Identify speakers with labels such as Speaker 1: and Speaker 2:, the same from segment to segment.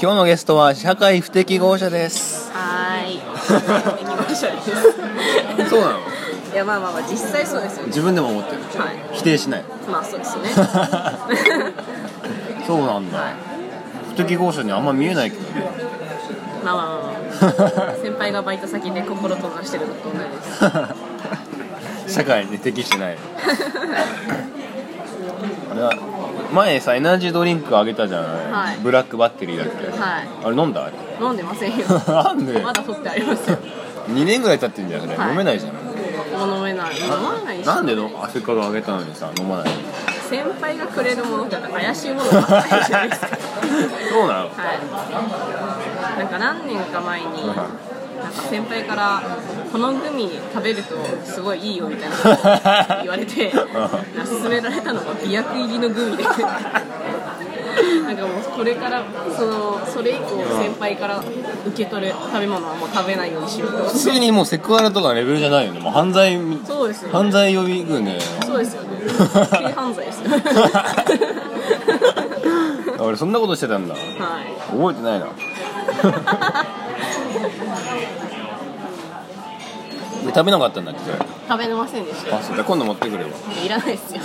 Speaker 1: 今日のゲストは社会不適合者です
Speaker 2: はーい。適合者です。
Speaker 1: そうなの
Speaker 2: いやまあまあまあ実際そうですよね。
Speaker 1: 自分でも思ってる
Speaker 2: はい。
Speaker 1: 否定しない
Speaker 2: まあそうですよ ね。
Speaker 1: そうなんだ不適合者にあんま見えないけどね
Speaker 2: まあまあまあまあ。先輩がバイト先で心閉ざしてるのと同じです。
Speaker 1: 社会に適してないあれは前さエナジードリンクあげたじゃない、
Speaker 2: はい
Speaker 1: ブラックバッテリーだっけ、
Speaker 2: は
Speaker 1: あれ飲んだあれ
Speaker 2: い。飲んでませんよ。
Speaker 1: なんで
Speaker 2: まだ取ってありますよ。
Speaker 1: 2年ぐらい経ってんじゃんね、
Speaker 2: はい
Speaker 1: 飲めないじゃん
Speaker 2: もう飲めない。飲まないし。
Speaker 1: なんでのあせっかくあげたのにさ飲まない
Speaker 2: 先輩がくれるものから怪しいものばっかりじゃないですか。
Speaker 1: そうなの
Speaker 2: はい。なんか何年か前に。なんか先輩からこのグミ食べるとすごいいいよみたいなことを言われて勧められたのが媚薬入りのグミでなんかもうこれからそのそれ以降先輩から受け取る食べ物はもう食べないようにしようと
Speaker 1: 普通にもうセクハラとかのレベルじゃないよねもう犯罪
Speaker 2: そうですよ
Speaker 1: 犯
Speaker 2: ね
Speaker 1: 罪予備軍だよね
Speaker 2: そうですよね軽犯罪ですよは
Speaker 1: 俺そんなことしてたんだ
Speaker 2: い
Speaker 1: 覚えてないな で食べなかったんだっけそれ
Speaker 2: 食べれませんでした
Speaker 1: あそうだ今度持ってくれよ
Speaker 2: いらないですよ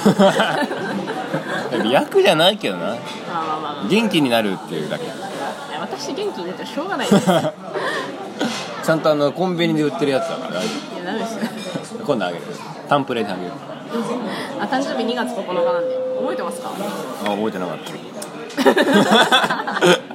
Speaker 1: 役じゃないけどな
Speaker 2: まあまあまあ、ま
Speaker 1: 元気になるっていうだけ
Speaker 2: あいや、私元気になったらしょうがないですいや
Speaker 1: ちゃんとあのコンビニで売ってるやつだから
Speaker 2: ダメですよ
Speaker 1: 今度あげるタンプレであげる
Speaker 2: あ誕生日2月9日なんで覚えてますか
Speaker 1: あ覚えてなかっ